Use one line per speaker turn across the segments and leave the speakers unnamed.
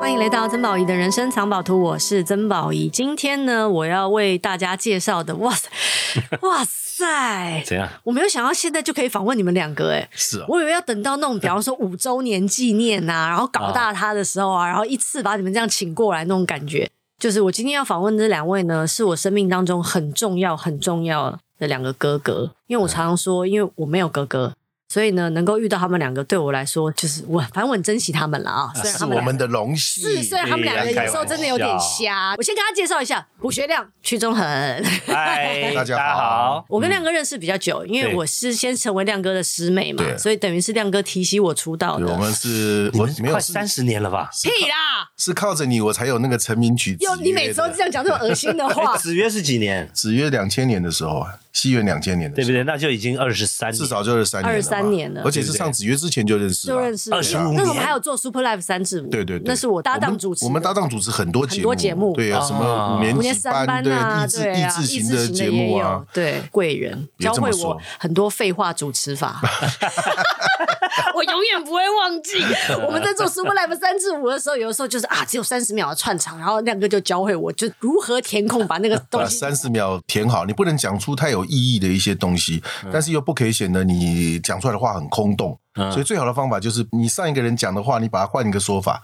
回到曾宝仪的人生藏宝图，我是曾宝仪。今天呢，我要为大家介绍的，哇 塞，哇塞，
怎样？
我没有想到现在就可以访问你们两个、哎，
是哦，
我以为要等到那种，比方说五周年纪念呐、
啊
然后搞大他的时候啊，然后一次把你们这样请过来那种感觉。就是我今天要访问这两位呢，是我生命当中很重要、很重要的两个哥哥。因为我常常说，因为我没有哥哥，所以呢，能够遇到他们两个，对我来说就是我，反正我很珍惜他们了啊。虽然
是
他们
我
两个
们的荣幸。
是，虽然他们
嗯
两个有时候真的有点瞎。我先跟大家介绍一下，胡学亮、屈中
嗯
恒。
嗨，
大
哎大
家
家好，
我跟亮哥认识比较久，因为
对
我是先成为亮哥的师妹嘛，
对
所以等于是亮哥提携我出道
对
的。
我们是，
你
我
们
没有
快三十年了吧？，
屁啦！
是靠着你，我才有那个成名曲子曰
又
的。
你每周这样讲这种恶心的
哎
话
子曰是几年？
子曰两千年的时候啊，西元两千年的
对
时
不
候，
对？那就已经二十三年，
至少就二三年了吧，
23年了
而且是上子曰之前就认识了，
就认识了。
25
那时候我们
年
还有做 Super Live 三至五，
对对对
那是我搭档主持的
我们我们搭档主持很多节
很
目，
多节目哦
对啊，
啊
什么五
五
年
年
级
三班
对
啊，
益智
对
益
啊，
智型
益
的
智
节
也
目
有
啊，
对贵人
别
教
这
会
么说
我很多废话主持 法，我永远不会忘 记。我们在做 Super Live 三至五的时候，有的时候就是啊，只有三十秒的串场，然后亮哥就教会我就如何填空把那个东
把
西
三十秒填好，你不能讲出太有意义的一些东西，
嗯
但是又不可以显得你讲出来的话很空洞。
嗯
所以最好的方法就是你上一个人讲的话，你把它换一个说 法，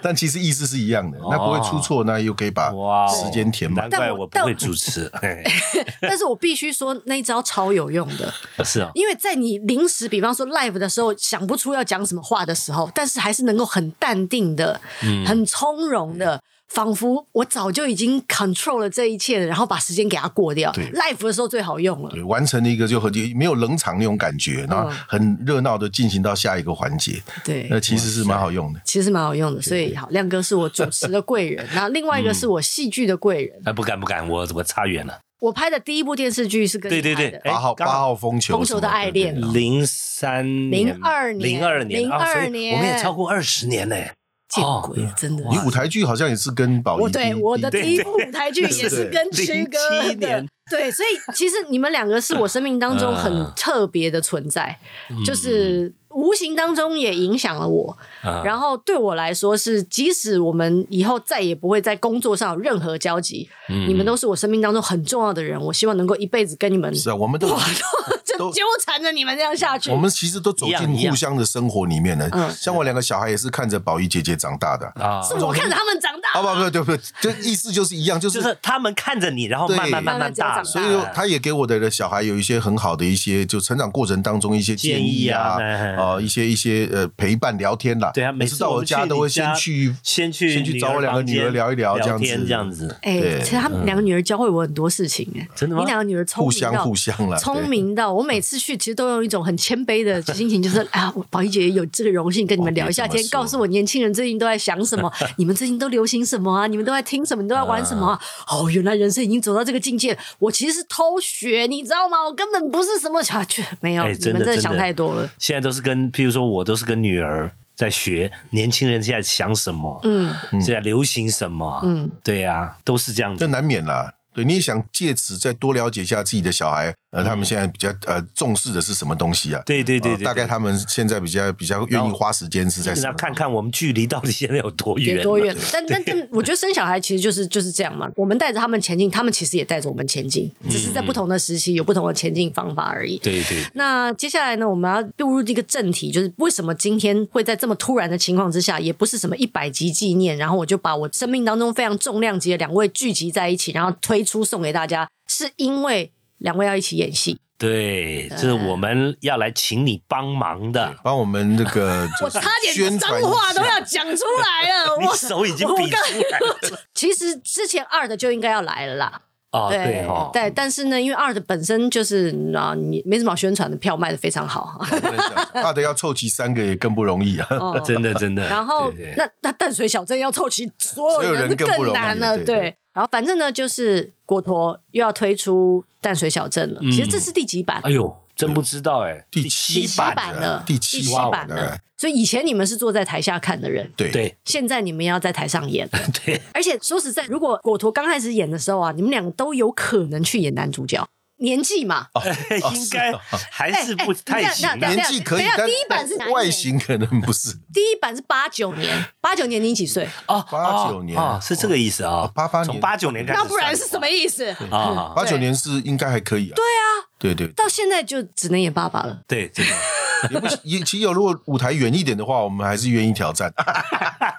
但其实意思是一样的，
哦
那不会出错，那又可以把
哇哦，
时间填满
难。怪
但我
我不会主 持，哎嘿
但是我必须说那一招超有用的，
是哦，
因为在你临时，比方说 live 的时候，想不出要讲什么话的时候，但是还是能够很淡定的、很从容的，仿佛我早就已经 control 了这一切了，然后把时间给它过掉。
对
live 的时候最好用了。
对，完成了一个就很没有冷场那种感
嗯
觉，然后很热闹的进行到下一个环节，
对，
那其实是蛮好用的。
其实蛮好用的。所以好，亮哥是我主持的贵人，那另外一个是我戏剧的贵人。
啊，不敢不敢，我我差远了。
我拍的第一部电视剧是跟你
对对
拍的
对，哎
八号
刚
八
好
号风球
风球的
什么
爱恋
对对对
零三
02年
零二年，
02
啊所以
年
我们也超过二十年嘞。
见
哦
鬼，真的。
你舞台剧好像也是跟宝
我
仪
对
第一
我的
第一
第一部舞台剧也是跟曲哥
对对对07
的
年，
对，所以其实你们两个是我生命当中很
嗯
特别的存在，就是无形当中也影响了我。
啊
嗯
然后对我来说是，即使我们以后再也不会在工作上有任何交集，
嗯
你们都是我生命当中很重要的人，我希望能够一辈子跟你们
是啊，我们都
就
都
纠缠着你们这样下去
我。们其实都走
一样一
进
样
互相的生活里面了。
嗯
像我两个小孩也是看着宝仪姐姐长大的。
啊，
是我看着他们长大
啊不不对不，就意思就是一样，就。
就是是他们看着你，然后
对
慢慢慢
慢慢
慢
这样
大
长
了，
大
所以他也给我的小孩有一些很好的一些，就成长过程当中一些建议啊，
建议啊
呃，一些一些呃陪伴聊天啦。
对啊，每
每次
次
到
我
我
们
家
你
都会先去
先去
先去找我两个
房间
女儿聊一聊这样子
天这样子，
哎、
对嗯
其实他们两个女儿教会我很多事情、哎，
真的吗
你两个女儿聪
互
明到
相互相啦。
聪
对。
明到我每次去，其实都用一种很谦卑的心情，就是啊，我宝仪姐有这个荣幸跟你们聊一下
哦别
天
这么，说
告诉我年轻人最近都在想什么，你们最近都流行什么啊？你们都在听什么？你都在玩什么啊、哦，原来人生已经走到这个境界，我其实是偷学，你知道吗？我根本不是什么小去，没有，
哎
你
真
们
的
真
真
的
的
想太多了。
现在都是跟，譬如说我都是跟女儿在学，年轻人现在想什么，
嗯，
现在流行什么，
嗯
嗯，对呀，都是这样
这
子，
难免啦。对，你也想借此再多了解一下自己的小孩，呃，他们现在比较呃重视的是什么东西啊？
对对对
呃
对，
大概
对
他们现在比较比较愿意花时间是在什
那
么？
看看我们距离到底现在有多
也
远，
多远？但但但，我觉得生小孩其实就是就是这样嘛。我们带着他们前进，他们其实也带着我们前进，只是在不同的时期有不同的前进方法而已。
对对，
那接下来呢，我们要步入这个正题，就是为什么今天会在这么突然的情况之下，也不是什么一百集纪念，然后我就把我生命当中非常重量级的两位聚集在一起，然后推出送给大家，是因为两位要一起演戏。
对，这是我们要来请你帮忙的。
帮我们那 个
我
就是
差点
宣
脏
传一
话
下
都要讲出来了，
你
我
手已经
我
比
刚
出来了
其实之前二的就应该要来了啦，
哦，
对
对哦，
对，但是呢，因为二的本身就是啊，你没什么好宣传的，票卖的非常 好。
不能讲大的要凑齐三个也更不容易啊。
哦
真的真的。
然后
对对
那那淡水小镇要凑齐所有人
所有人更不
更
容易
难了，
对
对
对。
然后反正呢，就是国陀又要推出淡水小镇了。其实这是第几版？
哎呦，真不知道哎，
第七
七
版
版
了
了，，
第
七
七
版
版
了。。所以以前你们是坐在台下看的人，
对
对
现在你们要在台上演。
对，
而且说实在，如果果陀刚开始演的时候啊，你们两个都有可能去演男主角。年纪嘛，
哦
哦 应该还是不
哎哎
太行
你看
啊
你看
年纪可以
等一下，
但
第一版是哪一年
外形可能不是
第一版是八九年，八九年你几岁？
哦
八九年
哦，是这个意思啊，
88年
从八九年开始
那
算，
不然是什么意思？哦
啊？
八九年是应该还可以啊。对啊，对对，
到现在就只能演爸爸了。
对， 真的，
也不也其实有如果舞台远一点的话，我们还是愿意挑 战。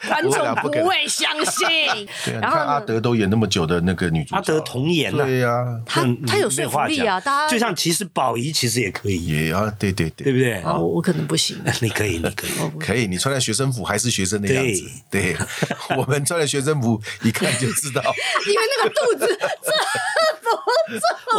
观
我
众
俩
不
不可能
会相信
对啊，。
然
你
后
看阿
呢？
德都演那么久的那个女主角，
阿德童颜啊呐，
对啊呀，
他
嗯
他有说服力
没
啊，
话讲
大家
就像其实宝仪其实也可以，
也啊，对对
对
对，
不对？
啊，我我可能不行。
你可以，你可以，
可以，你穿在学生服还是学生的样子。对， 我们穿在学生服一看就知道。
因为那个肚子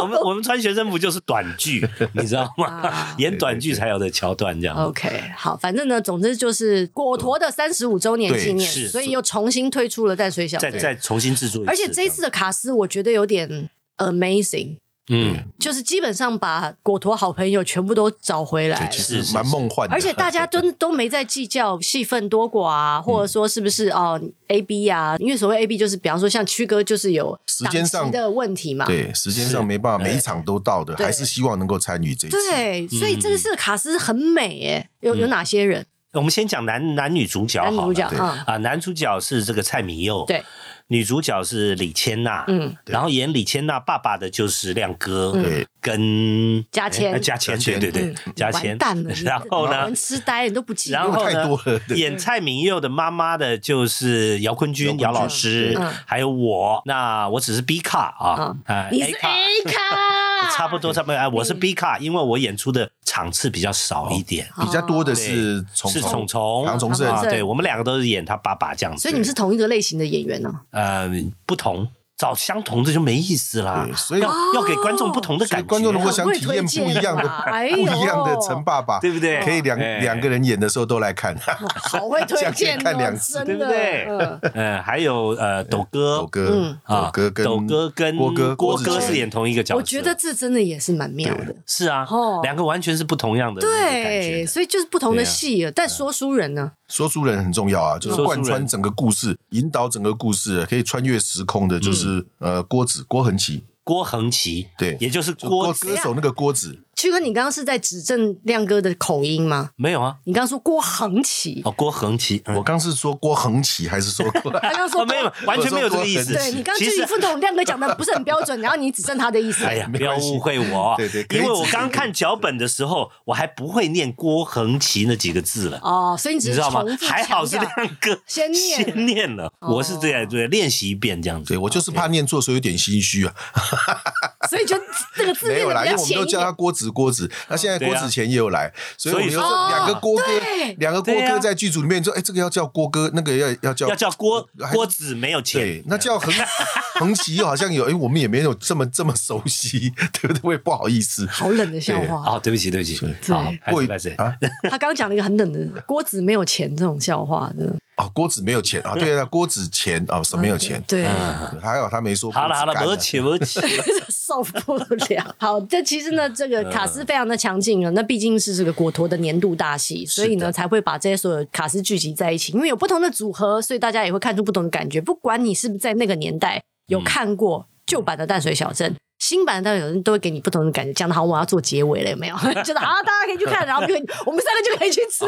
我们我们穿学生服就是短剧，你知道吗
啊？ 哦
演短剧才有的桥段这样。
OK 好，反正呢，总之就是果陀的三十五周年纪念
对是，
所以又重新推出了淡水小
再
队。
再重新制作一次，
而且这一次的卡斯，我觉得有点呃 amazing，
嗯，
就是基本上把果陀好朋友全部都找回来
对，
了。
其
是是
实蛮梦幻的。嗯
而且大家都都没在计较戏份多寡啊，或者说是不是哦 A B 啊？因为所谓 A B 就是，比方说像曲哥就是有
时间上
档期的问题嘛。
对时间上没办法，每一场都到的，
对
还是希望能够参与这一次。
对，所以这个是卡斯很美耶。有有哪些人？
我们先讲男男女主角好
男
了，
女主角
对
啊，
啊，男主角是这个蔡明佑，
对，
女主角是李千娜，
嗯，
然后演李千娜爸爸的就是亮哥，
对，
跟
加签嗯
呃加签，
加
对
签
对对，加签
完，蛋了，你嗯
然后
老
呢
人？痴呆了，你都不记得。
然后
太
呢
多了，对
演蔡明佑的妈妈的就是姚坤
姚
君
坤君
姚老师
嗯，
还有我，那我只是 B 卡啊，哎
你是
A 卡
A 嗯卡，
差不多差不多，哎，我是 B 卡，因为我演出的场次比较少一点，
哦
比较多的是虫
是虫虫
唐崇
唐
盛
崇
啊，
盛
对我们两个都是演他爸爸这样子，
所以你们是同一个类型的演员 呢、
呃不同，找相同的就没意思啦
对，。所以
要要给观众不同的
所
感
以
觉，啊
观众如果想体验不一样的
很会推荐啦哎、呦
不一样的陈爸 爸，
对不对？
可以两
哎
两个人演的时候都来看。
好会推
这
荐
样可以
哦，
看两次
真的
对不对
嗯？
嗯，还有呃，斗哥，
抖哥，
啊
抖哥跟
斗哥跟
郭哥，
郭
子
哥
乾
是演同一个角色，
我觉得这真的也是蛮妙的，
是啊
哦，
两个完全是不同样的那个感觉
对，所以就是不同的戏了。但说书人呢？
说书人很重要啊，就是
说书
贯
人
穿整个故事，引导整个故事，可以穿越时空
嗯
的，就是呃郭子郭恒奇，
郭恒奇，
对
也就是
就
郭
歌手那个郭子，
曲哥，你刚刚是在指正亮哥的口音吗？
没有啊，
你刚刚说郭恒奇，
哦，郭恒奇，嗯
我刚是说郭恒奇还是说郭？
他刚刚说
哦，没有，完全没有这个意思。
我说郭
对你刚刚就
其
一
实
副那种亮哥讲的不是很标 准，然后你指正他的意思。
哎呀，
没
不要
关系
误会我，啊
对对可以
因为我
指
刚看脚本的时候，我还不会念郭恒奇那几个字了，
哦，所以你
你
只
知
是
道吗
重复？
还好是
强
亮
调
哥
先念哦
先念了，我是这样对练习一遍这样子
对。我就是怕念错，所以有点心虚啊。
所以就这个字
没
念
有
的
啦，
比
因
较
为我们
浅
都
一
叫他
点。
郭子郭子，那现在
对啊
郭子乾也有来，所以我们
所
又
以
说
说
两个郭哥
哦对，
两个郭
对啊
哥在剧组里面说，哎，这个要叫郭哥，那个要要叫呃
要叫郭
还
郭子没有钱嗯
对，，那 叫恒恒奇又好像有，哎，我们也没有这么这么熟悉， 对不对？我也不好意思。
好冷的笑话，
哦，对不起，对不起，好，还
过
是
于
拍谁？
啊
他刚刚讲了一个很冷的郭子没有钱这种笑话，真的
啊，郭子没有钱啊，对啊，郭子乾啊，什么没有钱？嗯
对，
嗯
还好他没说。
好了好了，
没
没起 没起，
受不了。好，这其实
嗯
呢，这个卡斯非常的强劲哦了。那毕竟是这个果陀的年度大戏，所以呢才会把这些所有卡斯聚集在一起。因为有不同的组合，所以大家也会看出不同的感觉。不管你是不是在那个年代
嗯
有看过旧版的淡水小镇。新版的淡水小镇都会给你不同的感觉，讲的好像我要做结尾了，有 没有？觉得好，啊大家可以去看，然后 就可以我们三个就可以去吃
哦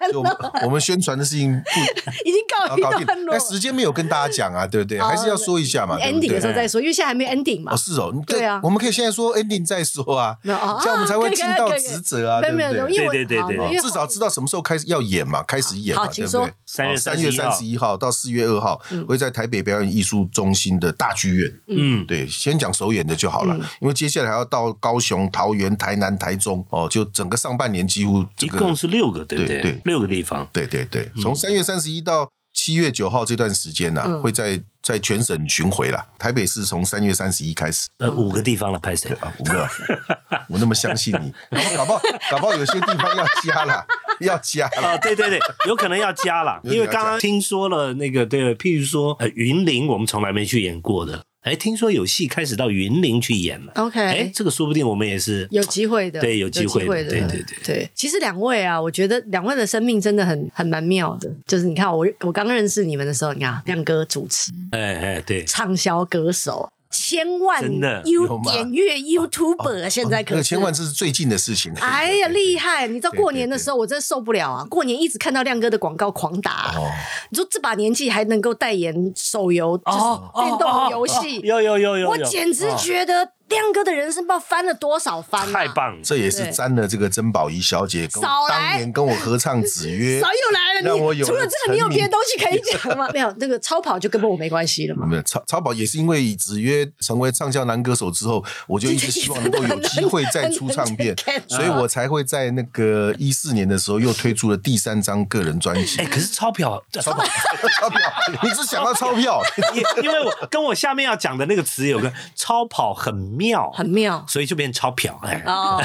饭
就我们
了，
我们宣传的事情 不
已经告
啊
一
搞定
段，落
但。时间没有跟大家讲啊，对不对？还是要说一下嘛，对
哦
不
ending 的时
对？
候再说，因为现在还没 ending 嘛
哦，。是哦，你
对啊
我们可以现在说 ending 再说啊，
没有啊
这样我们才会
可以
尽到
可以可以
职责啊，
没
对
有
不
没有，因
对？
为我
对对对对
好
哦
因为
至少知道什么时候开始要演嘛，开始演嘛，
好
对
请
不
说嗯
对？哦
3月
三月
31
三十一号到四月二号会在台北表演艺术中心的大剧院，
嗯，
对，先讲首演的就好
嗯
了，因为接下来还要到高雄、桃园、台南、台中哦，就整个上半年几乎这
一
个
共是六个，对不
对
对
对？
六个地方，
对对对，从三月三十一到七月九号这段时间呢、
嗯
会在在全省巡回啦。台北市从三月三十一开始
呃，五个地方了，拍谁？
啊，五个， 我那么相信你，搞不好搞不好搞不好有些地方要加啦，要加啦。
啊，
哦
对对对，有可能要加了，
有可能要加
因为刚刚听说了那个，对了，譬如说呃，云林我们从来没去演过的，哎，听说有戏开始到云林去演了，
OK，
哎，这个说不定我们也是
有机会的，
对有
有
机会的
会的，
对对对
其实两位啊，我觉得两位的生命真的很很蛮妙的。就是你看我我刚认识你们的时候，你看亮哥主持、
哎哎对，
畅销歌手，千万
真的
有
优
吗
点阅 YouTuber，现在
那
可
个
是
哦千万这是最近的事情。
哎呀，厉
害！
害！你知道
对对
过年的时候我真的受不了啊！过年一直看到亮哥的广告狂打，啊
哦，
你说这把年纪还能够代言手游，就是电动游
哦
戏，
有有有有有，
我简
哦
直觉得亮哥的人生不知道翻了多少翻啊！
太棒了，
这也是
对
沾了这个珍宝仪小姐跟
少来
当年跟我合唱《子曰》
少，又来了，
让我
你
有
除了这个，你有
沉迷
别的东西可以讲吗？ 没有，那个超跑就跟我没关系了嘛。
没有超超宝也是因为《子曰》成为畅销男歌手之后，我就一直希望能够有机会再出唱片
真的，
所以我才会在那个一四年的时候又推出了第三张个人专辑
哎，。可是钞票，钞票，
钞票，你只想到钞票，
因因为我跟我下面要讲的那个词有个超跑很妙，
很妙
所以就变钞票，哎，
哦，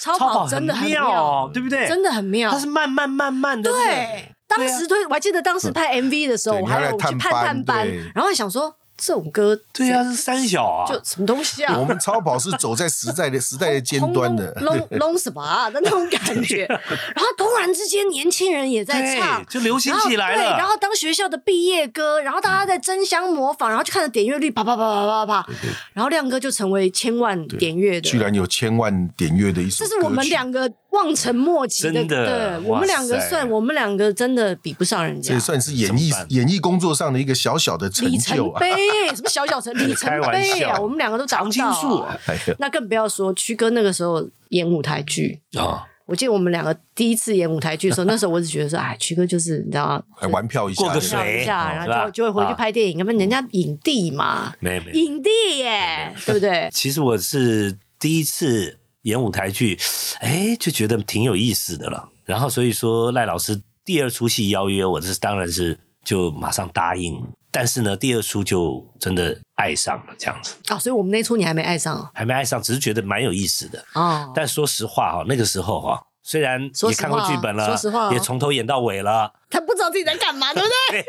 超跑真的很
妙
妙，
哦，对不对？
哎
真的很妙
它。是慢慢慢慢的，
对，当时推我还记得当时拍 MV 的时候，
啊嗯对
我还
你还来
有去
探
探
班
探班
对，
然后还想说这种歌
对呀，是三小啊，
就什么东西
我
啊。
们超跑是走在时代的时代的尖端的。
弄弄什么啊的那种感觉，然后突然之间年轻人也在唱
对，就流行
然后
起来了
哦对，然后当学校的毕业歌，然后大家在争相模仿，然后就看着点阅率啪啪啪啪啪啪，然后亮哥就成为千万点阅的
居，然有千万点阅的一首
这
歌曲，
是我们两个望尘莫及的，
真的
对我
哇
们两个
塞
算我们两个真的比不上人家
这也。算是演艺
怎么办
演艺工作上的一个小小的成
里
就
程
啊！
碑，什么小小城里程
开玩
碑
笑
啊，我们两个都长
常青树啊
哎呀，
那更不要说曲哥那个时候演舞台剧，
啊，
我记得我们两个第一次演舞台剧的时候，那时候我只觉得说，哎，曲哥就是你知道吗？
还玩票一下，
过个
笑一
水
下，然
是吧
后就就会回去拍电影，要不然人家影帝嘛，
没没
影帝耶，对不对？
其实我是第一次演舞台剧，哎，就觉得挺有意思的了。然后所以说赖老师第二出戏邀约我，这当然是就马上答应。但是呢，第二出就真的爱上了这样子，
啊，所以我们那出你还没爱上哦
还没爱上，只是觉得蛮有意思的。
哦，
但说实话哈、那个时候哈、虽然
说
也
实
看
话
过剧本了，
说实话哦
也从头演到尾了，
他不知道自己在干嘛，对不对？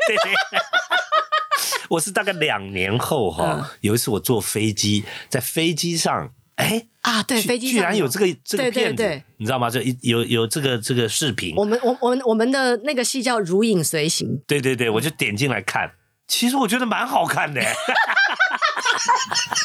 我是大概两年后哈、
嗯
有一次我坐飞机，在飞机上，哎，
啊，对，
居
飞机上
居然有这个这个
对对
片子，
对哦
你知道吗？这一有有这个这个视频
我，们我我们我们的那个戏叫《如影随形》，
对对对，我就
嗯
点进来看。其实我觉得蛮好 看的，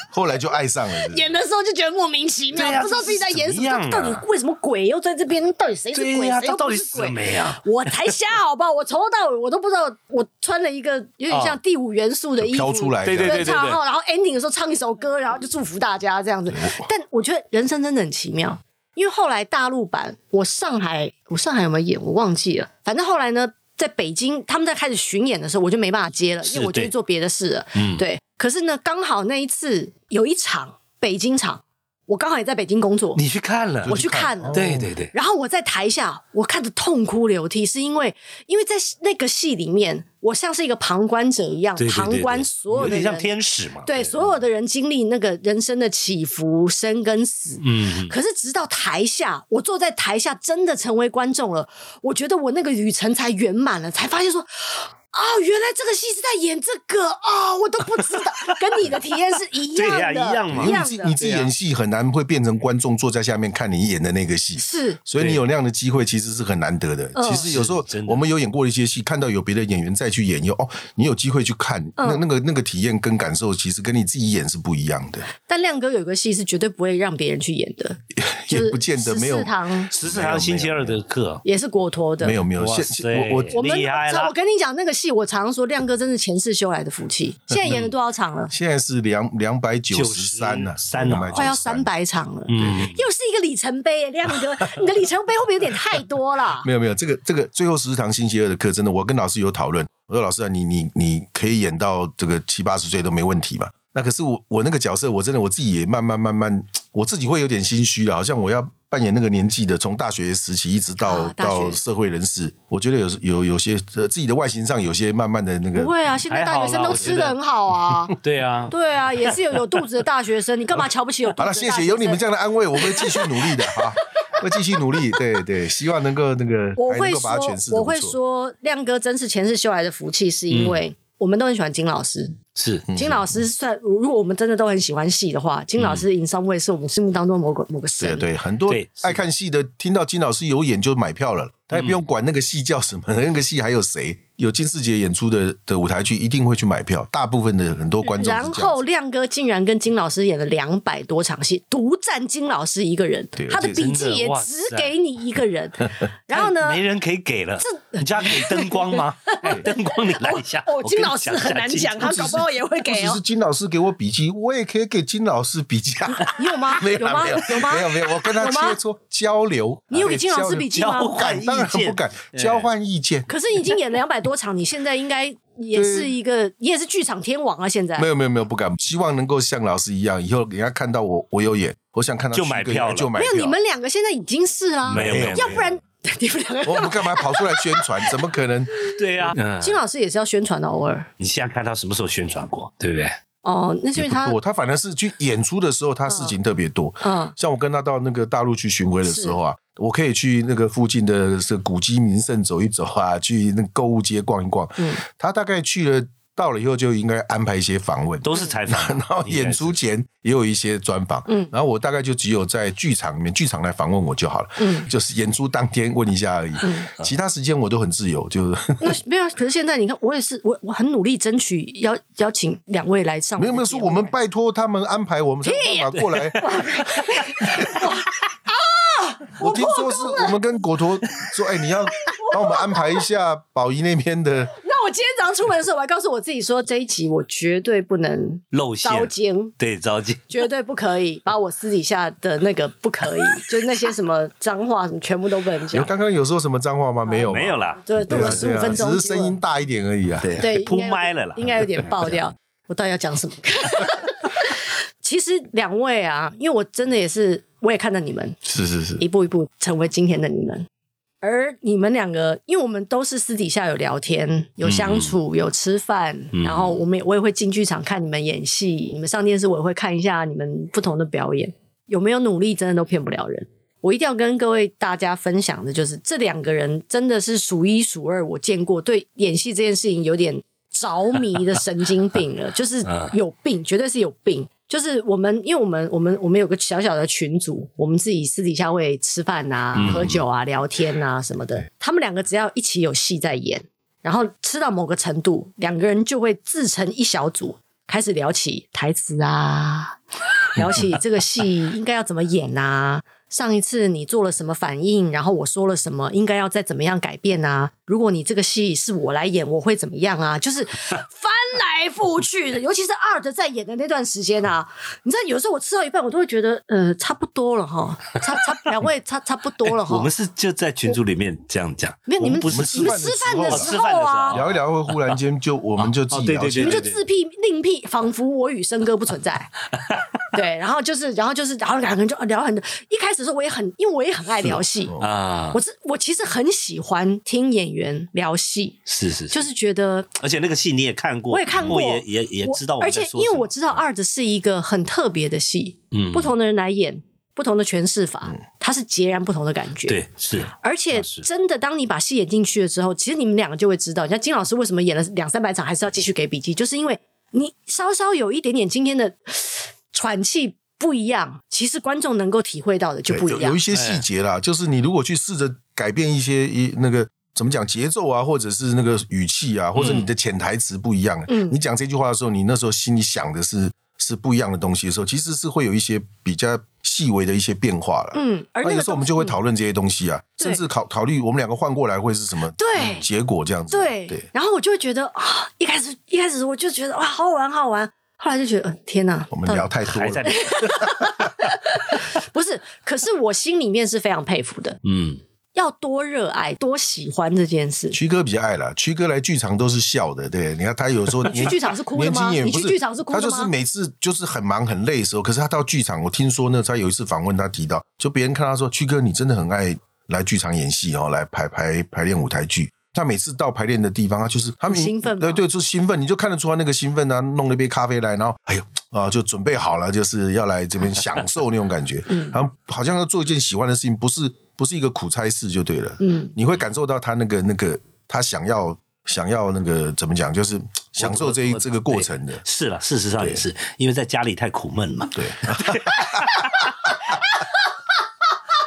后来就爱上了。是不是
演的时候就觉得莫名其妙，
对呀
不知道自己在演什么，
这是怎么样啊
到底为什么鬼又在这边？到底谁是
对
鬼？
呀、
谁
这
又
到
不
底啊
是
什
鬼？
么呀？
我才瞎好不好？我从头到尾我都不知道，我穿了一个有点像第五元素的衣服，
飘出来，
对对
对唱，然后然后 ending 的时候唱一首歌，然后就祝福大家这样子。
嗯
但我觉得人生真的很奇妙，因为后来大陆版，我上海，我上海有没有演我忘记了，反正后来呢，在北京他们在开始巡演的时候，我就没办法接了，因
是
为我就去
对
做别的事了。
嗯
对，可是呢，刚好那一次有一场北京场，我刚好也在北京工作，
你去看了？
我去看了。
对对对，
然后我在台下，我看得痛哭流涕，是因为因为在那个戏里面，我像是一个旁观者一样，
对对对
旁
对
观所有
有
的
点
人，
像天使
啊
嘛。
对所有的人经历那个人生的起伏、生跟死。
嗯，嗯，
可是直到台下，我坐在台下，真的成为观众了，我觉得我那个旅程才圆满了，才发现说。哦，原来这个戏是在演这个哦，我都不知道，跟你的体验是一样
对呀
的，
一样嘛
一
因为你
样
自
的，
你自己演戏很难会变成观众坐在下面看你演的那个戏，
是
所以你
对
有那样的机会其实是很难得的。
嗯
其实有时候
是真的
我们有演过一些戏，看到有别的演员再去演，又哦，你有机会去看，
嗯
那那个那个体验跟感受，其实跟你自己演是不一样的，
但亮哥有一个戏是绝对不会让别人去演的，就
也
是
不见得没有
十四堂
十四堂星期二的课，
也是果陀的，
没有没有。
哇
现
塞
现我我
我们
厉害了
我跟你讲，那个戏我常说，亮哥真是前世修来的福 气。现在演了多少场了？
现在是两两百九十三了，
93啊
快要三。百场了，
嗯，
又是一个里程碑耶，亮哥，你的里程碑会不会有点太多了？
没有没有，这个这个最后十堂星期二的课，真的，我跟老师有讨论。我说老师啊，你你你可以演到这个七八十岁都没问题吧？那可是我我那个角色，我真的我自己也慢慢慢慢，我自己会有点心虚啊了，好像我要扮演那个年纪的，从大学时期一直到、
啊大学
到社会人士，我觉得有有有些呃自己的外形上有些慢慢 的那个
不，会啊，现在大学生都吃的很好 啊。
对啊，
对啊，也是有有肚子的大学生，你干嘛瞧不起有肚
好
子的大
了，
学
谢
生？
谢，有你们这样的安慰，我会继续努力的 哈，会继续努力，对对，希望能够那个
我
还能
会
够把它诠释
说，
得
我
不
会
错嗯
说，亮哥真是前世修来的福气，是因为我们都很喜欢金老师，
是
金老师算，如果我们真的都很喜欢戏的话，金老师 in some way 是我们心目当中某个某个神。
嗯对啊对，很多
对是
爱看戏的，听到金老师有演就买票了，他也不用管那个戏叫什么，那个戏还有谁，有金世杰演出的的舞台剧一定会去买票，大部分的很多观众是这样
然
子。
后亮哥竟然跟金老师演了两百多场戏，独占金老师一个人
对，
他的
而且
笔记
真的
也
哇
只
塞
给你一个 人。然后呢
没，人可以给了，你家可以灯光 吗？哎灯光你来一下。
哦，
我
金
跟你
老师
一下
很难
金
讲，他搞不好也会
不
给
只
哦
是。金老师给我笔记，我也可以给金老师笔 记啊。
你有吗？
没有
有
啦
吗？
没有
吗？
没有没有，我跟他
有吗
切磋交流。
你有给金老师笔记
记？
吗
交？
不敢，当然不敢
意见
交换意见。
可是你已经演两百多场，你现在应该也是一个，你也是剧场天王啊！现在
没有没有没有，不敢。希望能够像老师一样，以后人家看到我我有演，我想看到
就
徐
买
哥
票
演
了
就买
没
票。
有，你们两个现在已经是啦，
没有没有，
要不然 你们两个。
我们干嘛跑出来宣 传？怎么可能？
对啊，嗯，
金老师也是要宣传的，偶尔
你现在看他什么时候宣传过，对不对？
哦，那是因为他
我他反而是去演出的时候，他事情特别多。
嗯，
像我跟他到那个大陆去巡回的时候啊，我可以去那个附近的这古迹名胜走一走啊，去那个购物街逛一逛。
嗯
他大概去了到了以后，就应该安排一些访问。
都是采访，
然后演出前也有一些专访，
嗯
然后我大概就只有在剧场里面，剧场来访问我就好了，
嗯
就是演出当天问一下而已，其他时间我都很自由，就是
那没有啊。可是现在你看，我也是，我我很努力争取邀邀请两位来上的
没
节
有
目。哎
没有说我们拜托他们安排，我们才有办法过 来。 我听说是我们跟果陀说，哎，你要帮我们安排一下宝仪那边 的，
那我今天早上出门的时候，我还告诉我自己说，这一集我绝对不 能
露馅，
刀尖。
对，糟践。
绝对不可以把我私底下的那个不可以，就是那些什么脏话什么，全部都不能
有
讲。
刚刚有说什么脏话吗？没有，
没有，啦，
对，
对
录
啊
了十
对
五
啊
分钟，
只是声音大一点而已啊。
对
对，
铺
应该
麦了啦，
应该有 点爆掉。我到底要讲什么？ 其实两位啊，因为我真的也是，我也看着你们
是是是，
一步一步成为今天的你们。而你们两个，因为我们都是私底下有聊天、有相处、有吃饭，然后我们也我也会进剧场看你们演戏，你们上电视我也会看一下你们不同的表演，有没有努力真的都骗不了人。我一定要跟各位大家分享的就是，这两个人真的是数一数二，我见过对演戏这件事情有点着迷的神经病了，就是有病，绝对是有病。就是我们，因为我们我们我们有个小小的群组，我们自己私底下会吃饭啊、喝酒啊、聊天啊什么的。他们两个只要一起有戏在演，然后吃到某个程度，两个人就会自成一小组，开始聊起台词啊，聊起这个戏应该要怎么演啊。上一次你做了什么反应，然后我说了什么，应该要再怎么样改变啊？如果你这个戏是我来演，我会怎么样啊？就是翻来覆去的，尤其是二的在演的那段时间啊，你知道，有时候我吃到一半，我都会觉得，呃，差不多了哈，差差两位差差不多了 哈。
哎我们是就在群组里面这样讲，
没有你
我
们
不是
你们吃饭的
哦
时
吃
候
饭的时
啊
候，
聊一聊会忽然间就我们就自己
哦对
聊
对
起
对
来
你们就自辟另辟，仿佛我与森哥不存 在。对，然后就是，然后就是，然后两个人就聊很。一开始的时候我也很，因为我也很爱
哦
聊戏，
啊，
我是我其实很喜欢听演员聊戏，
是是，
就是是觉得
而且那个戏你也看过，
我也看过，
我也也也知道
我
我
而
们在
且
说什么，
因为我知道二的是一个很特别的戏，
嗯
不同的人来演，不同的诠释法，它是截然不同的感觉。。
对是
而且
那是
真的，当你把戏演进去了之后，其实你们两个就会知道，像金老师为什么演了两三百场还是要继续给笔记，就是因为你稍稍有一点点今天的喘气不一样，其实观众能够体会到的就
对
不
有
一样
有
哎
一。些细节啦，就是你如果去试着改变一些一那个怎么讲节奏啊，或者是那个语气啊，或者你
嗯
的潜台词不一样，啊
嗯
你讲这句话的时候，你那时候心里想的是是不一样的东西的时候，其实是会有一些比较细微的一些变化了。
嗯，而
那
那
有
个
时候我们就会
东西嗯
讨论这些东西啊，
对
甚至考考虑我们两个换过来会是什么
对
结果这样子。
对，
对，
然后我就会觉得啊，一开始一开始我就觉得哇，好好玩，好好玩。后来就觉得，嗯天哪，
我们
到底
聊太多
还在
了，
不是，可是我心里面是非常佩服的，
嗯
要多热爱、多喜欢这件事。
曲哥比较爱了，曲哥来剧场都是笑的，对，你看他有时候
去剧场是哭的吗
年轻演员
你去
不
剧场是哭的吗
他就是每次就是很忙很累的时候，可是他到剧场，我听说呢，他有一次访问他提到，就别人看他说，曲哥你真的很爱来剧场演戏哦，来排排排练舞台剧。他每次到排练的地方，他就是他们
兴奋吗
对对，就是兴奋，你就看得出来那个兴奋啊，弄了一杯咖啡来，然后哎呦啊，就准备好了，就是要来这边享受那种 感觉，
嗯
然后好像要做一件喜欢的事情，不是不是一个苦差事就对了，
嗯，
你会感受到他那个那个他想要想要那个怎么讲，就是享受这一
我
这个过程的。
是了，事实上也是，因为在家里太苦闷嘛，
对，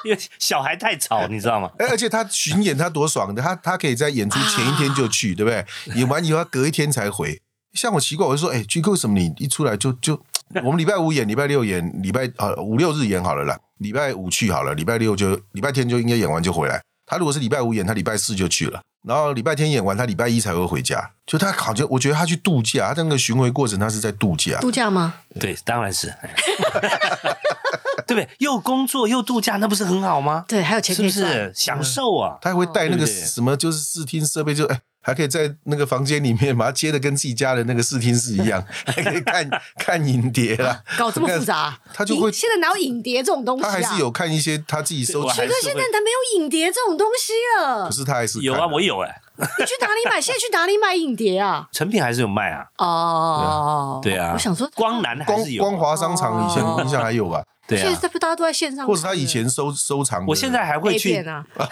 因为小孩太吵，你知道吗？
哎而而且他巡演他多爽的，他他可以在演
啊
出前一天就去，对不对？演完以后他隔一天才回。像我奇怪，我就说，哎、巨哥，为什么你一出来就 就我们礼拜五演，礼拜六演，礼拜呃五六日演好了啦，礼拜五去好了，礼拜六就礼拜天就应该演完就回来。他如果是礼拜五演，他礼拜四就去了，然后礼拜天演完，他礼拜一才会回家。就他好像我觉得他去度假，他那个巡回过程他是在度假。
度假吗？
对，当然是，哎 对不对？又工作又度假，那不是很好吗？
对，还有钱
是
可以
不
赚。
是享受啊？
他还会
哦
带那
对
个
不对
什么，就是视听设备，就哎、还可以在那个房间里面把它接的跟自己家的那个视听室一 样，还可以看看影碟啦。
搞这么复杂、
他就会
影现在哪有影碟这种东西
他
啊？
还是有看一些他自己收
我
集
还
哥，
是
的，
现
会
在他没有影碟这种东西了
可。是他还是
有
看
啊，
的
我有哎，
你去哪里买？现在去哪里买影碟 啊？
成品还是有卖啊。
哦，
对啊，
我想说，
光南还
光
是有啊
光华商场以前
哦
印象还 有吧，
对
现
啊，
在不大家都在线上看了，
或者他以前收收藏的，
我现在还会
A
去
片，啊，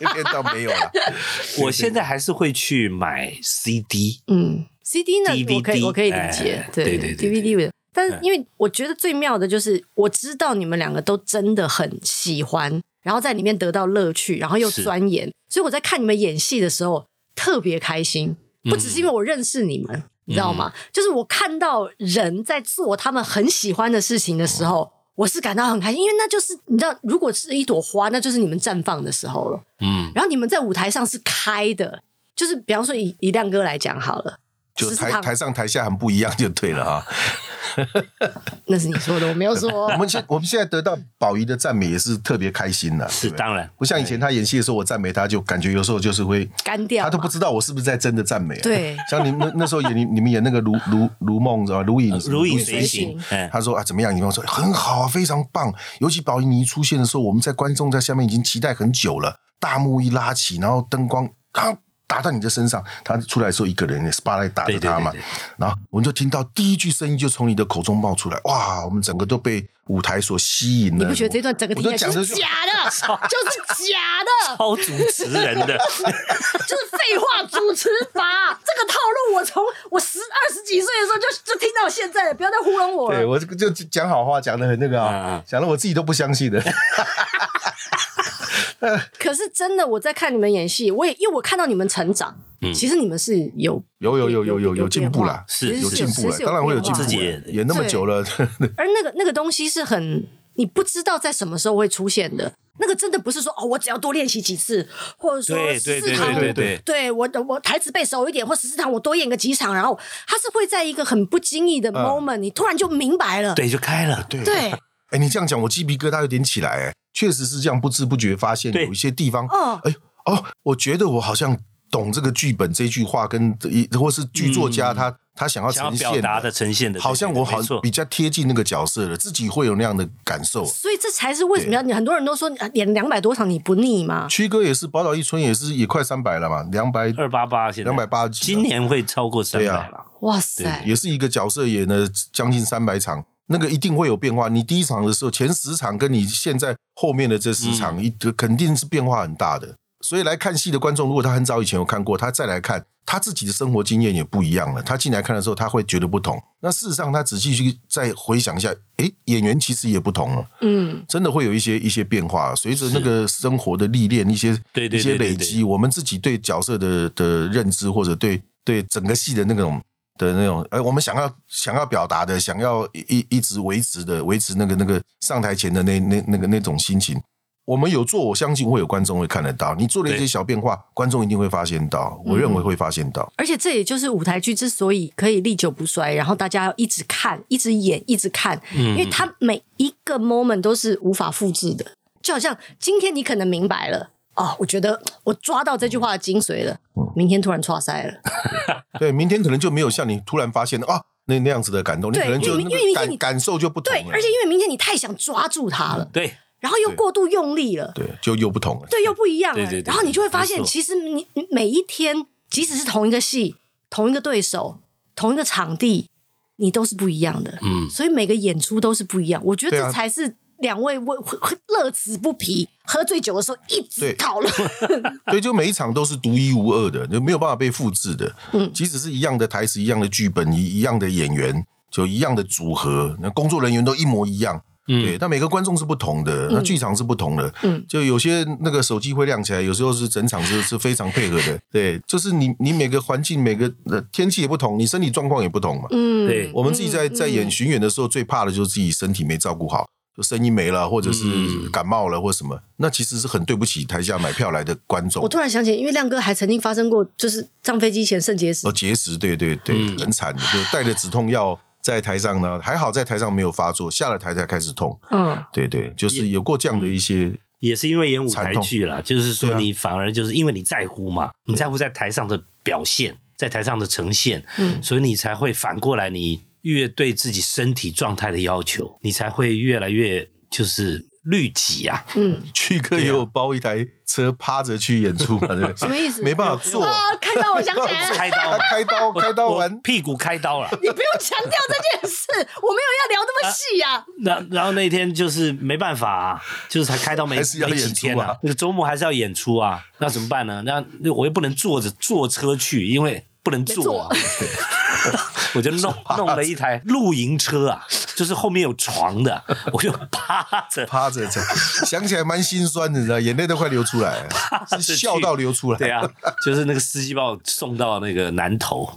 那边倒没有了。
我现在还是会去买 CD。
嗯，CD 呢，
DVD
我可以我可以理解
哎，对
对
对对对
DVD 的。但是
嗯
因为我觉得最妙的就是，我知道你们两个都真的很喜欢，然后在里面得到乐趣，然后又
是
钻研，所以我在看你们演戏的时候特别开
嗯
心，不只是因为我认识你们，你知道吗？就是我看到人在做他们很喜欢的事情的时候。
哦
我是感到很开心，因为那就是你知道，如果是一朵花，那就是你们绽放的时候了。
嗯，
然后你们在舞台上是开的，就是比方说以以亮哥来讲好了，
就
十四
台
堂
台上台下很不一样就对了啊！
那是你说的，我没有 说
我。们现我们现在得到宝仪的赞美也是特别开心的，
是
对不对
当然，
不像以前他演戏的时候，我赞美他就感觉有时候就是会
干掉嘛
他都不知道我是不是在真的赞美、啊。
对
像你们那那时候演你你们演那个卢卢卢梦是
哦
吧？卢嗯影
如影
随
随形
形。
嗯，
他说啊怎么样？你跟我说很好啊，非常棒。尤其宝仪你一出现的时候，我们在观众在下面已经期待很久了。大幕一拉起，然后灯光他打到你的身上，他出来的时候一个人也 spotlight 打着他嘛，
对对对
然后我们就听到第一句声音就从你的口中冒出来，哇！我们整个都被舞台所吸引了。
你不觉得这段整个
我
听
都
起来
讲
就
的
是假的，就是假的，
超主持人 的，
就是废话主持法。这个套路我从我十二十几岁的时候就就听到现在了，不要再糊弄我
对
了。
我这个就讲好话讲的很那个
嗯
啊
嗯，
讲的我自己都不相信的。
可是真的，我在看你们演戏，我也因为我看到你们成长，其实你们是有
有有有有有有进步啦
了，，
是
其
有
实
进步
其
了
实，有
当然会有进
变
步
化
了。
自己也
也那么久了，
而那个那个东西是很你不知道在什么时候会出现的。那个真的不是说哦，我只要多练习几次，或者说
对
十
对
四
对
堂
对
我
对
对
对
对，
对我我台词背熟一点，或十四堂我多演个几场，然后他是会在一个很不经意的 moment，、你突然就明白了。
对就开了，
对
对，
哎，你这样讲，我鸡皮疙瘩有点起来。哎，确实是这样，不知不觉发现
对
有一些地方，
嗯
哎哦，我觉得我好像懂这个剧本这句话，跟一或是剧作家
嗯
他他想要
想要
呈
表
现
达的呈现的，
好像我好
没错
比较贴近那个角色了，自己会有那样的感受。
所以这才是为什么要你很多人都说啊演两百多场你不腻吗？
曲哥也是，宝岛一村也是，也快三百了嘛，两百
二八八现在
两百八几了
今年会超过三
对
百
啊
了，
哇塞！
也是一个角色演了将近三百场，那个一定会有变化。你第一场的时候，前十场跟你现在后面的这十场，一、肯定是变化很大的。所以来看戏的观众，如果他很早以前有看过，他再来看，他自己的生活经验也不一样了。他进来看的时候，他会觉得不同。那事实上，他仔细去再回想一下，诶，演员其实也不同哦了，
嗯，
真的会有一些一些变化。随着那个生活的历练，一些
对对对
一些
对
累
对
积，我们自己对角色的的认知，或者对对整个戏的那种的那种，呃，我们想要想要表达的，想要一一一直维持的，维持那个那个上台前的那那那个那种心情。我们有做，我相信会有观众会看得到。你做了一些
对
小变化，观众一定会发现到。
嗯
我认为会发 现到。
而且这也就是舞台剧之所以可以历久不衰，然后大家要一直看、一直演、一直看，
嗯
因为它每一个 moment 都是无法复制的。就好像今天你可能明白了哦，我觉得我抓到这句话的精髓了，明天突然错塞了，
对，明天可能就没有像你突然发现啊那那样子的感动，你
对
可能就
因
那
为因为
个
你
感感受就不同
对，
了。
而且因为明天你太想抓住它了，
对，
然后又
对
过度用力了，
对，就又不同了。
对，又不一样了。
对对对对
然后你就会发现
没，错
其实你你每一天，即使是同一个戏、同一个对手、同一个场地，你都是不一样的。嗯，所以每个演出都是不一样。我觉得
对
这
啊
才是两位会会会乐此不疲，喝醉酒的时候一直
对
讨 论。
对，就每一场都是独一无二的，就没有办法被复制的。
嗯
嗯，即使是一样的台词、一样的剧本、一一样的演员，就一样的组合，那工作人员都一模一样。对，但每个观众是不同的，那剧场是不同的。
嗯
嗯，就有些那个手机会亮起来，有时候是整场是 是非常配合的。对，就是你你每个环境、每个呃天气也不同，你身体状况也不同嘛。
嗯，
对
我们自己在在演巡演的时候，最怕的就是自己身体没照顾好，就声音没了，或者是
嗯
感冒了或什么，那其实是很对不起台下买票来的观众
我。突然想起来，因为亮哥还曾经发生过，就是上飞机前肾结石
哦，，结石，对对对，
嗯
很惨的，就带着止痛药在台上呢，还好在台上没有发作，下了台才开始痛。
嗯，
对对，就是有过这样的
嗯
一些，
也是因为演舞台
惨痛
剧啦，就是说
对啊
你反而就是因为你在乎嘛，你在乎在台上的表现，在台上的呈现，
嗯
所以你才会反过来，你越对自己身体状态的要求，你才会越来越就是律己啊，
嗯，
去哥也有包一台车趴着去演出嘛，对不对？
什么意思
没办法坐，
啊，看到我想起来了，
开刀
他
嘛，
开刀
我
开刀
我
完，
屁股开刀了。
你不用强调这件事，我没有要聊那么细呀、啊。
那然后那天就是没办法、啊，就是才开刀没
还是要
没
演
几
出
天
啊
那个周末还是要演出啊，那怎么办呢？那那我又不能坐着坐车去，因为不能坐、啊， 我就 弄弄了一台露营车啊，就是后面有床的， 我就趴着。
趴着这样，想起来蛮心酸的，你知道，眼泪都快流出来
着 去
了，是笑到流出来。
对啊，就是那个司机把我送到那个南头，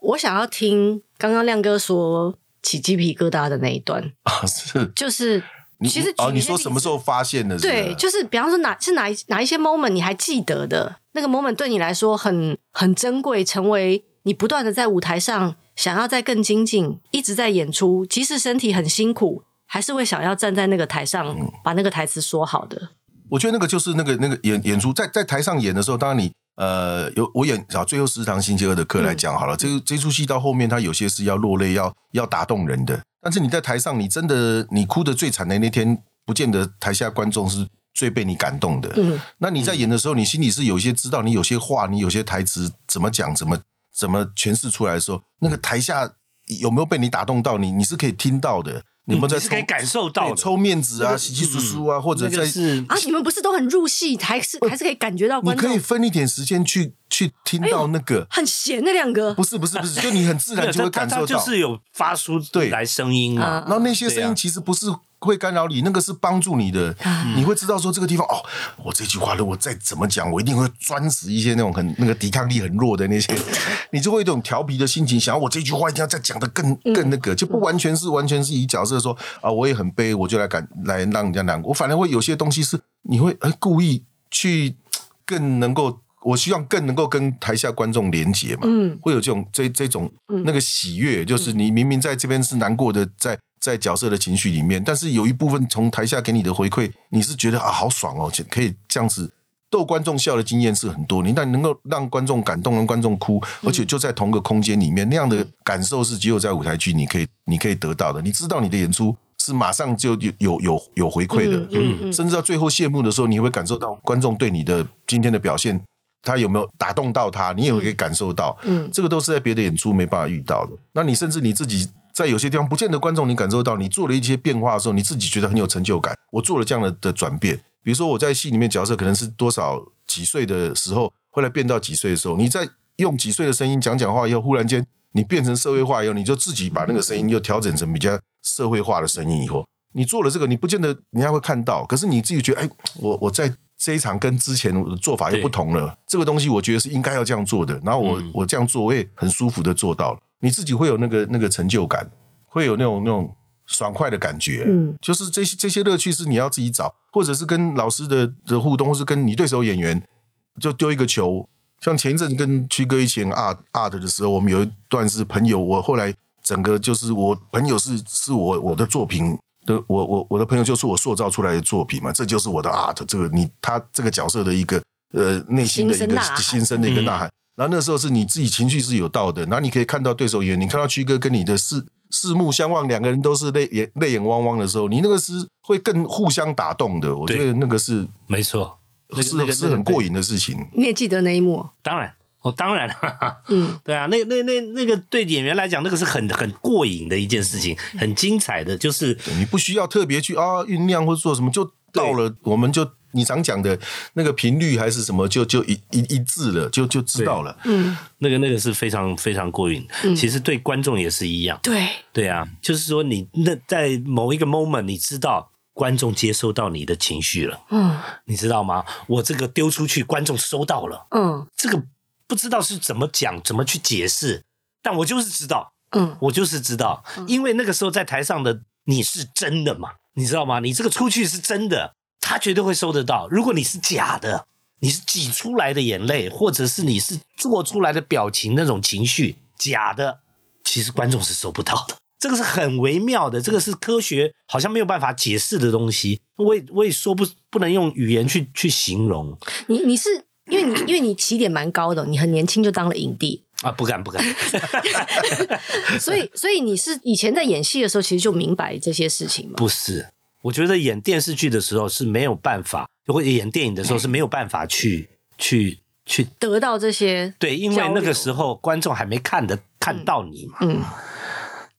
我想要听刚刚亮哥说起鸡皮疙瘩的那一段，
啊，是
就是
你
其实
哦，
举一
你
些
说
例
什么
子
时候发现的？
对，
不
就是比方说哪是哪一哪一些 moment 你还记得的那个 moment 对你来说很很珍贵，成为你不断的在舞台上想要再更精进，一直在演出，即使身体很辛苦，还是会想要站在那个台上
嗯
把那个台词说好的。
我觉得那个就是那个那个演演出，在在台上演的时候，当然你呃有我演啊，最后十堂星期二的课来讲好
嗯
了，这这出戏到后面，它有些是要落泪，要要打动人的。但是你在台上，你真的你哭的最惨的那天，不见得台下观众是最被你感动的。
嗯
那你在演的时候，你心里是有一些知道，你有些话，你有些台词怎么讲，怎么怎么诠释出来的时候，那个台下有没有被你打动到你，你是可以听到的。你有没有在
你是可以
抽
感受到
对
的
抽面子啊、洗洗簌簌啊，或者
那
在
个是
啊，你们不是都很入戏，还是还是可以感觉到
你
观
可以
众
分一点时间去去听到那个，
很闲的亮哥
不。是不是不是，就你很自
哎没
然
有
就会
他
感
他他
受
就
到。
是有发出
对
来声音嘛，
啊
然后那些声
对啊
音其实不是会干扰你，那个是帮助你的，你会知道说这个地方哦，我这句话如果再怎么讲，我一定会钻死一些那种很那个抵抗力很弱的那些，你就会有一种调皮的心情，想要我这句话一定要再讲的更更那个，就不完全是完全是以角色说啊，我也很悲，我就来感来让人家难过，我反而会有些东西是你会哎故意去更能够。我希望更能够跟台下观众连接嘛，
嗯
会有这种这这种那个喜悦，就是你明明在这边是难过的，在在角色的情绪里面，但是有一部分从台下给你的回馈，你是觉得啊好爽哦，可以这样子逗观众笑的经验是很多，你但能够让观众感动，让观众哭，而
嗯
且就在同个空间里面，那样的感受是只有在舞台剧你可以你可以得到的，你知道你的演出。是马上就有有有有回馈的，
嗯嗯嗯
甚至到最后谢幕的时候，你会感受到观众对你的今天的表现，他有没有打动到他，你也会可以感受到。
嗯
这个都是在别的演出没办法遇到的。那你甚至你自己在有些地方，不见得观众你感受到，你做了一些变化的时候，你自己觉得很有成就感。我做了这样的的转变，比如说我在戏里面角色可能是多少几岁的时候，后来变到几岁的时候，你在用几岁的声音讲讲话以后，忽然间你变成社会化以后，你就自己把那个声音又调整成比较社会化的声音以后。你做了这个，你不见得人家会看到，可是你自己觉得，哎，我我在这一场跟之前我的做法又不同了，这个东西我觉得是应该要这样做的，然后我、
嗯
我这样做我也很舒服的做到了，你自己会有那个那个成就感，会有那种那种爽快的感觉，
嗯
就是这些这些乐趣是你要自己找，或者是跟老师的的互动，或是跟你对手演员就丢一个球。像前一阵跟曲哥一起演 art art 的时候，我们有一段是朋友，我后来整个就是我朋友是是我我的作品的，我我我的朋友就是我塑造出来的作品嘛，这就是我的 art，这个你他这个角色的一个呃内心的一
心声呐
个
喊
心声的一个呐喊。然后那时候是你自己情绪是有到的，然后你可以看到对手演，你看到曲哥跟你的四四目相望，两个人都是泪眼泪眼汪汪的时候，你那个是会更互相打动的。我觉得那个是
没错，那个
是
那个
是很过瘾的事情。
你也记得那一幕？
当然，哦，当然了，
嗯，
对啊，那那那那个对演员来讲，那个是很很过瘾的一件事情，很精彩的，就是
你不需要特别去啊酝酿或做什么，就到了我们就你常讲的那个频率还是什么，就就一一一致了，就就知道了。
嗯，
那个那个是非常非常过瘾。其实对观众也是一样，
对，
对啊，就是说你那在某一个 moment，你知道观众接收到你的情绪了，
嗯
你知道吗？我这个丢出去，观众收到了，
嗯
这个不知道是怎么讲，怎么去解释，但我就是知道，
嗯，
我就是知道，因为那个时候在台上的你是真的嘛，你知道吗？你这个出去是真的，他绝对会收得到。如果你是假的，你是挤出来的眼泪，或者是你是做出来的表情那种情绪假的，其实观众是收不到的。这个是很微妙的，这个是科学好像没有办法解释的东西，我也我也说不不能用语言去去形容
你你是因为你因为你起点蛮高的，你很年轻就当了影帝，
啊，不敢不敢。
所 以所以你是以前在演戏的时候其实就明白这些事情嘛。
不是，我觉得演电视剧的时候是没有办法，或者演电影的
嗯
时候是没有办法去去去
得到这些，
对，因为
交流
那个时候观众还没看的看到你嘛，
嗯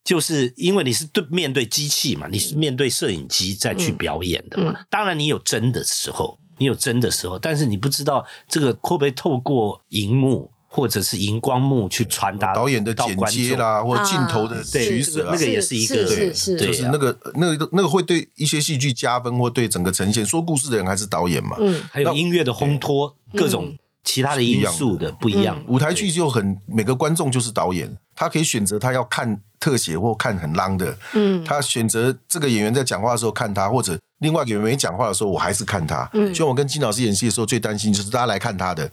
就是因为你是对面对机器嘛，你是面对摄影机再
嗯
去表演的嘛。当然，你有真的时候，你有真的时候，但是你不知道这个会不会透过荧幕或者是荧光幕去传达
导演的
到
剪
观
接
众。
啦，或镜头的
啊
取舍啊
那个，也是一个
是是
对
是
就是那个那个那个会对一些戏剧加分，或对整个呈现说故事的人还是导演嘛。
嗯
还有音乐的烘托，各
嗯
种其他的因素的不一样。
舞台剧就很每个观众就是导演，他可以选择他要看特写或看很浪的，
嗯
他选择这个演员在讲话的时候看他，或者另外一个演员没讲话的时候，我还是看他。嗯，就像我跟金老师演戏的时候，最担心就是大家来看 他的，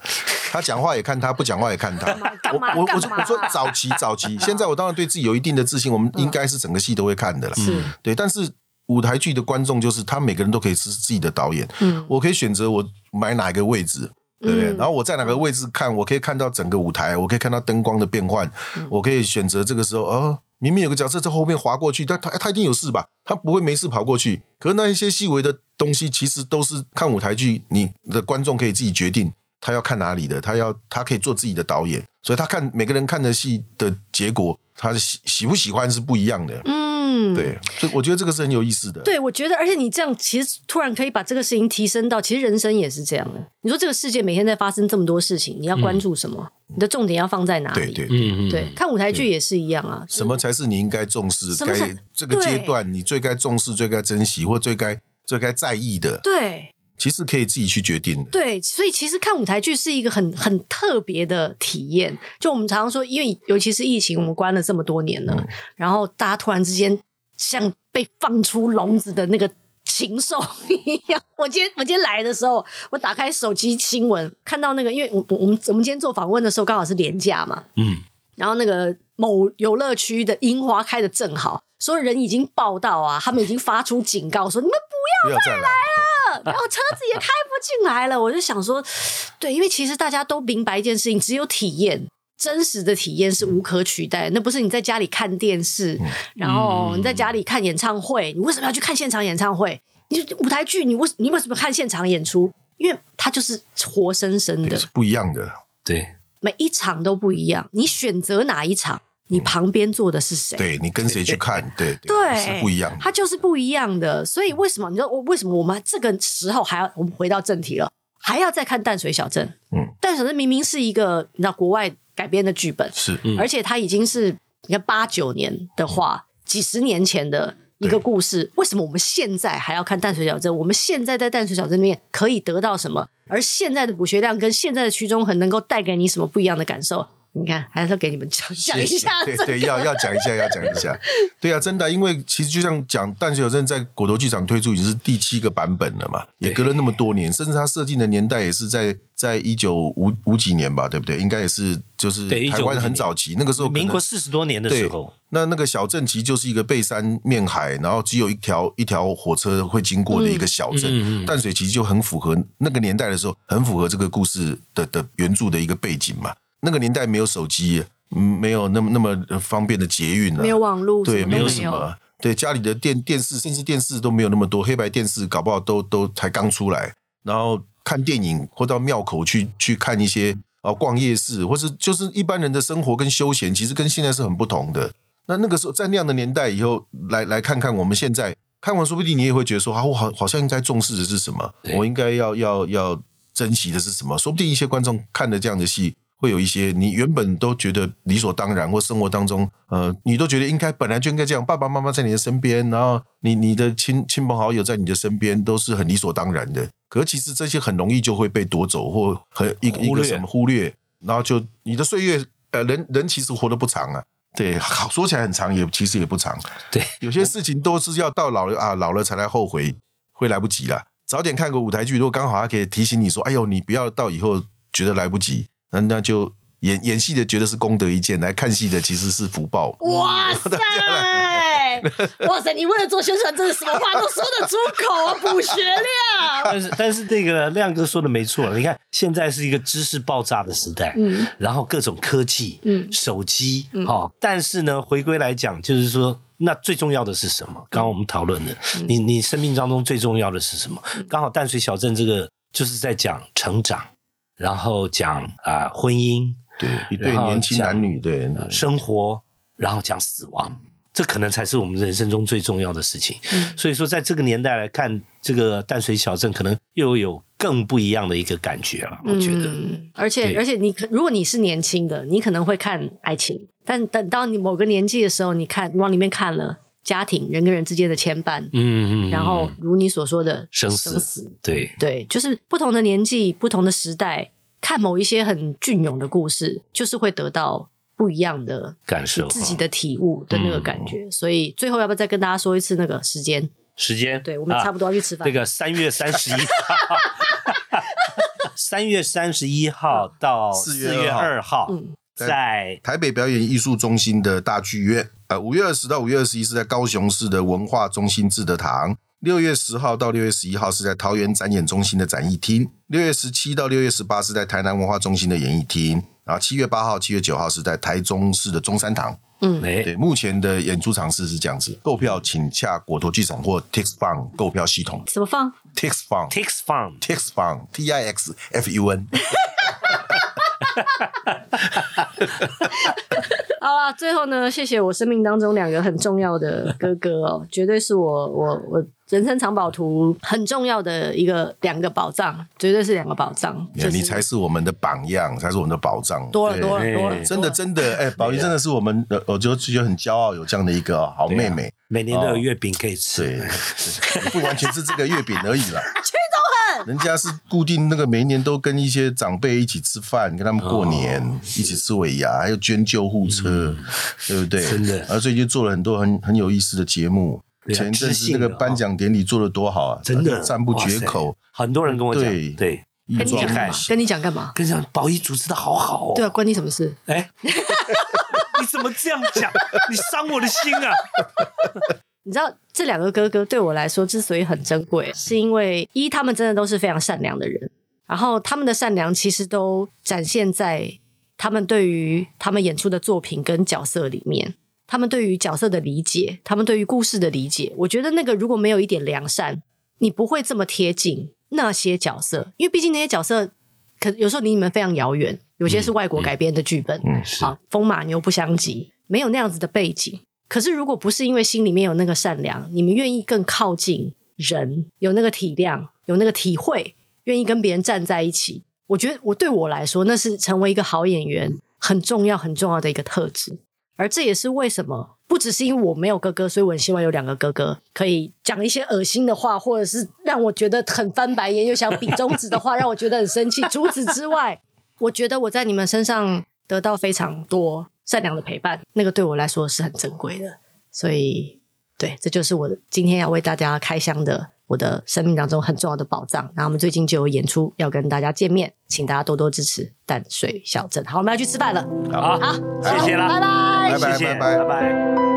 他讲话也看他，不讲话也看他。
干
我
嘛
我我
干
就
嘛嗯
我说早期早期，现在我当然对自己有一定的自信，我们应该是整个戏都会看的啦。
是
对，但是舞台剧的观众就是他每个人都可以是自己的导演，
嗯
我可以选择我买哪一个位置。对不对？然后我在哪个位置看，我可以看到整个舞台，我可以看到灯光的变换，
嗯
我可以选择这个时候，哦，明明有个角色在后面滑过去，但他他一定有事吧？他不会没事跑过去。可是那一些细微的东西，其实都是看舞台剧，你的观众可以自己决定他要看哪里的，他要他可以做自己的导演，所以他看每个人看的戏的结果，他喜喜不喜欢是不一样的。
嗯，
对，所以我觉得这个是很有意思的。
对，我觉得，而且你这样其实突然可以把这个事情提升到，其实人生也是这样的。你说这个世界每天在发生这么多事情，你要关注什么？你的重点要放在哪
嗯对
里？
对，
嗯嗯，
对看舞台剧也是一样啊。
什么才是你应该重视？
什么才
该这个阶段你最该重视、最该珍惜或最该最该在意的，
对
其实可以自己去决定的。
对，所以其实看舞台剧是一个很很特别的体验。就我们常常说，因为尤其是疫情，我们关了这么多年了，然后大家突然之间像被放出笼子的那个禽兽 一样。我今天我今天来的时候，我打开手机新闻，看到那个，因为我我我们我们今天做访问的时候刚好是廉价嘛，
嗯，
然后那个某游乐区的樱花开的正好，所有人已经报道啊，他们已经发出警告说你们不
不要再来，
然后车子也开不进来了。我就想说，对，因为其实大家都明白一件事情，只有体验。真实的体验是无可取代的，那不是你在家里看电视，然后你在家里看演唱会，你为什么要去看现场演唱会？你舞台剧，你为你为什么看现场演出？因为它就是活生生的
也，是不一样的。
对。
每一场都不一样。你选择哪一场，你旁边坐的是谁？
对你跟谁去看，对
对，
是不一样的。
它就是不一样的。所以为什么你知道我为什么我们这个时候还要我们回到正题了，还要再看淡水小镇？
嗯，
淡水小镇明明是一个你知道国外改编的剧本，
是
嗯
而且它已经是你看八九年的话，几十年前的。一个
嗯对
故事，为什么我们现在还要看淡水小镇？我们现在在淡水小镇里面可以得到什么？而现在的补学量跟现在的区中恒能够带给你什么不一样的感受？你看，还是要给你们讲讲一下
对
这
对对，要要讲一下，要讲一下。对啊，真的啊，因为其实就像讲《淡水有镇》在果陀剧场推出已经是第七个版本了嘛，也隔了那么多年，甚至它设定的年代也是在在一九五五几年吧，对不对？应该也是就是
对
台
1950
湾
年
很早期，那个时候可能
民国四十多年的
对，
时候，
那那个小镇其实就是一个背山面海，然后只有一条一条火车会经过的一个小镇。
嗯
淡水其实就很符合那个年代的时候，很符合这个故事的的原著的一个背景嘛。那个年代没有手机，嗯没有那么那么方便的捷运啊，
没有网络，
对，
什么
没
都
有
没
什
有。
么，对，家里的电电视，甚至电视都没有那么多，黑白电视搞不好都都才刚出来，然后看电影或到庙口去去看一些啊，逛夜市，或是就是一般人的生活跟休闲，其实跟现在是很不同的。那那个时候在那样的年代以后，来来看看我们现在看完，说不定你也会觉得说，啊，我好好像应该重视的是什么，
对
我应该要要要珍惜的是什么？说不定一些观众看了这样的戏，会有一些你原本都觉得理所当然，或生活当中，呃，你都觉得应该本来就应该这样，爸爸妈妈在你的身边，然后你你的亲亲朋好友在你的身边，都是很理所当然的。可是其实这些很容易就会被夺走，或很一个一
忽略
个什么忽略，然后就你的岁月，呃，人人其实活得不长啊。对，好说起来很长，也其实也不长。
对，
有些事情都是要到老了啊，老了才来后悔，会来不及啦。早点看个舞台剧，如果刚好它可以提醒你说：“哎呦，你不要到以后觉得来不及。”那那就演演戏的觉得是功德一件，来看戏的其实是福报。
哇塞！哇塞！你为了做宣传，真的什么话都说得出口啊！补学量，
但是但是那个亮哥说的没错，你看现在是一个知识爆炸的时代，
嗯，
然后各种科技，
嗯
手机，哦，但是呢，回归来讲，就是说，那最重要的是什么？
嗯
刚刚我们讨论的，你你生命当中最重要的是什么？
嗯
刚好淡水小镇这个就是在讲成长，然后讲啊、婚姻、
对，一对年轻男女，对，
生活，然后讲死亡，这可能才是我们人生中最重要的事情。所以说，在这个年代来看，这个淡水小镇可能又有更不一样的一个感觉了。 我觉得，
嗯，而且
对
而且你可，如果你是年轻的，你可能会看爱情，但等到你某个年纪的时候，你看往里面看了家庭、人跟人之间的牵绊，
嗯嗯，嗯
然后如你所说的
生死对，
对，就是不同的年纪、不同的时代，看某一些很隽永的故事，就是会得到不一样的
感受啊
自己的体悟的那个
嗯
感觉。所以最后要不要再跟大家说一次那个时间？
时间，
对我们
啊
差不多要去吃饭。
这个三月三十一号，三月三十一号到
4
四
月
月
2号
二号，
嗯
在
台北表演艺术中心的大剧院，呃，五月二十到五月二十一是在高雄市的文化中心志德堂，六月十号到六月十一号是在桃园展演中心的展艺厅，六月十七到六月十八是在台南文化中心的演艺厅，然后七月八号、七月九号是在台中市的中山堂。
哎
对，目前的演出场次是这样子，购票请洽果陀剧场或 TixFun 购票系统
怎么放？
，TixFun。
Tix Fun，
TixFun T I X F U N，
好啦，最后呢，谢谢我生命当中两个很重要的哥哥哦，绝对是我我我人生藏宝图很重要的一个两个宝藏，绝对是两个宝藏。就是
你才是我们的榜样，才是我们的宝藏。
多了
对
多了多
哎
了，
真
多
的
了
真的，哎、宝
啊
仪真的是我们，呃我就觉得很骄傲，有这样的一个哦好妹妹。
每年都有月饼可以吃
对，。对不完全是这个月饼而已 啦。屈中人家是固定那个每一年都跟一些长辈一起吃饭，跟他们过年，
哦
一起吃尾牙，还有捐救护车，对不对？
嗯真的
然后最近做了很多很很有意思的节目。
对啊
前一
知
阵子
性
那个
的
颁奖典礼做的多好啊，
真的
赞不绝口。
很多人跟我讲，
对
对，
一
跟你
桩
讲干
厉
嘛
害？
跟你讲干嘛？
跟你讲，宝仪主持的好好哦。
对啊，关你什么事？
哎，你怎么这样讲？你伤我的心啊！
你知道这两个哥哥对我来说之所以很珍贵，是因为一他们真的都是非常善良的人，然后他们的善良其实都展现在他们对于他们演出的作品跟角色里面，他们对于角色的理解，他们对于故事的理解。我觉得那个如果没有一点良善，你不会这么贴近那些角色，因为毕竟那些角色可有时候离你们非常遥远，有些是外国改编的剧本，
嗯
是
好，风马牛不相及，没有那样子的背景。可是如果不是因为心里面有那个善良，你们愿意更靠近人，有那个体谅，有那个体会，愿意跟别人站在一起，我觉得我对我来说，那是成为一个好演员很重要很重要的一个特质。而这也是为什么，不只是因为我没有哥哥，所以我很希望有两个哥哥可以讲一些恶心的话，或者是让我觉得很翻白眼又想比中指的话，让我觉得很生气。除此之外，我觉得我在你们身上得到非常多善良的陪伴，那个对我来说是很珍贵的。所以，对，这就是我今天要为大家开箱的我的生命当中很重要的宝藏。然后我们最近就有演出要跟大家见面，请大家多多支持淡水小镇。好，我们要去吃饭了，
好，谢谢啦，
拜拜。
拜拜
谢谢，
拜拜
拜拜。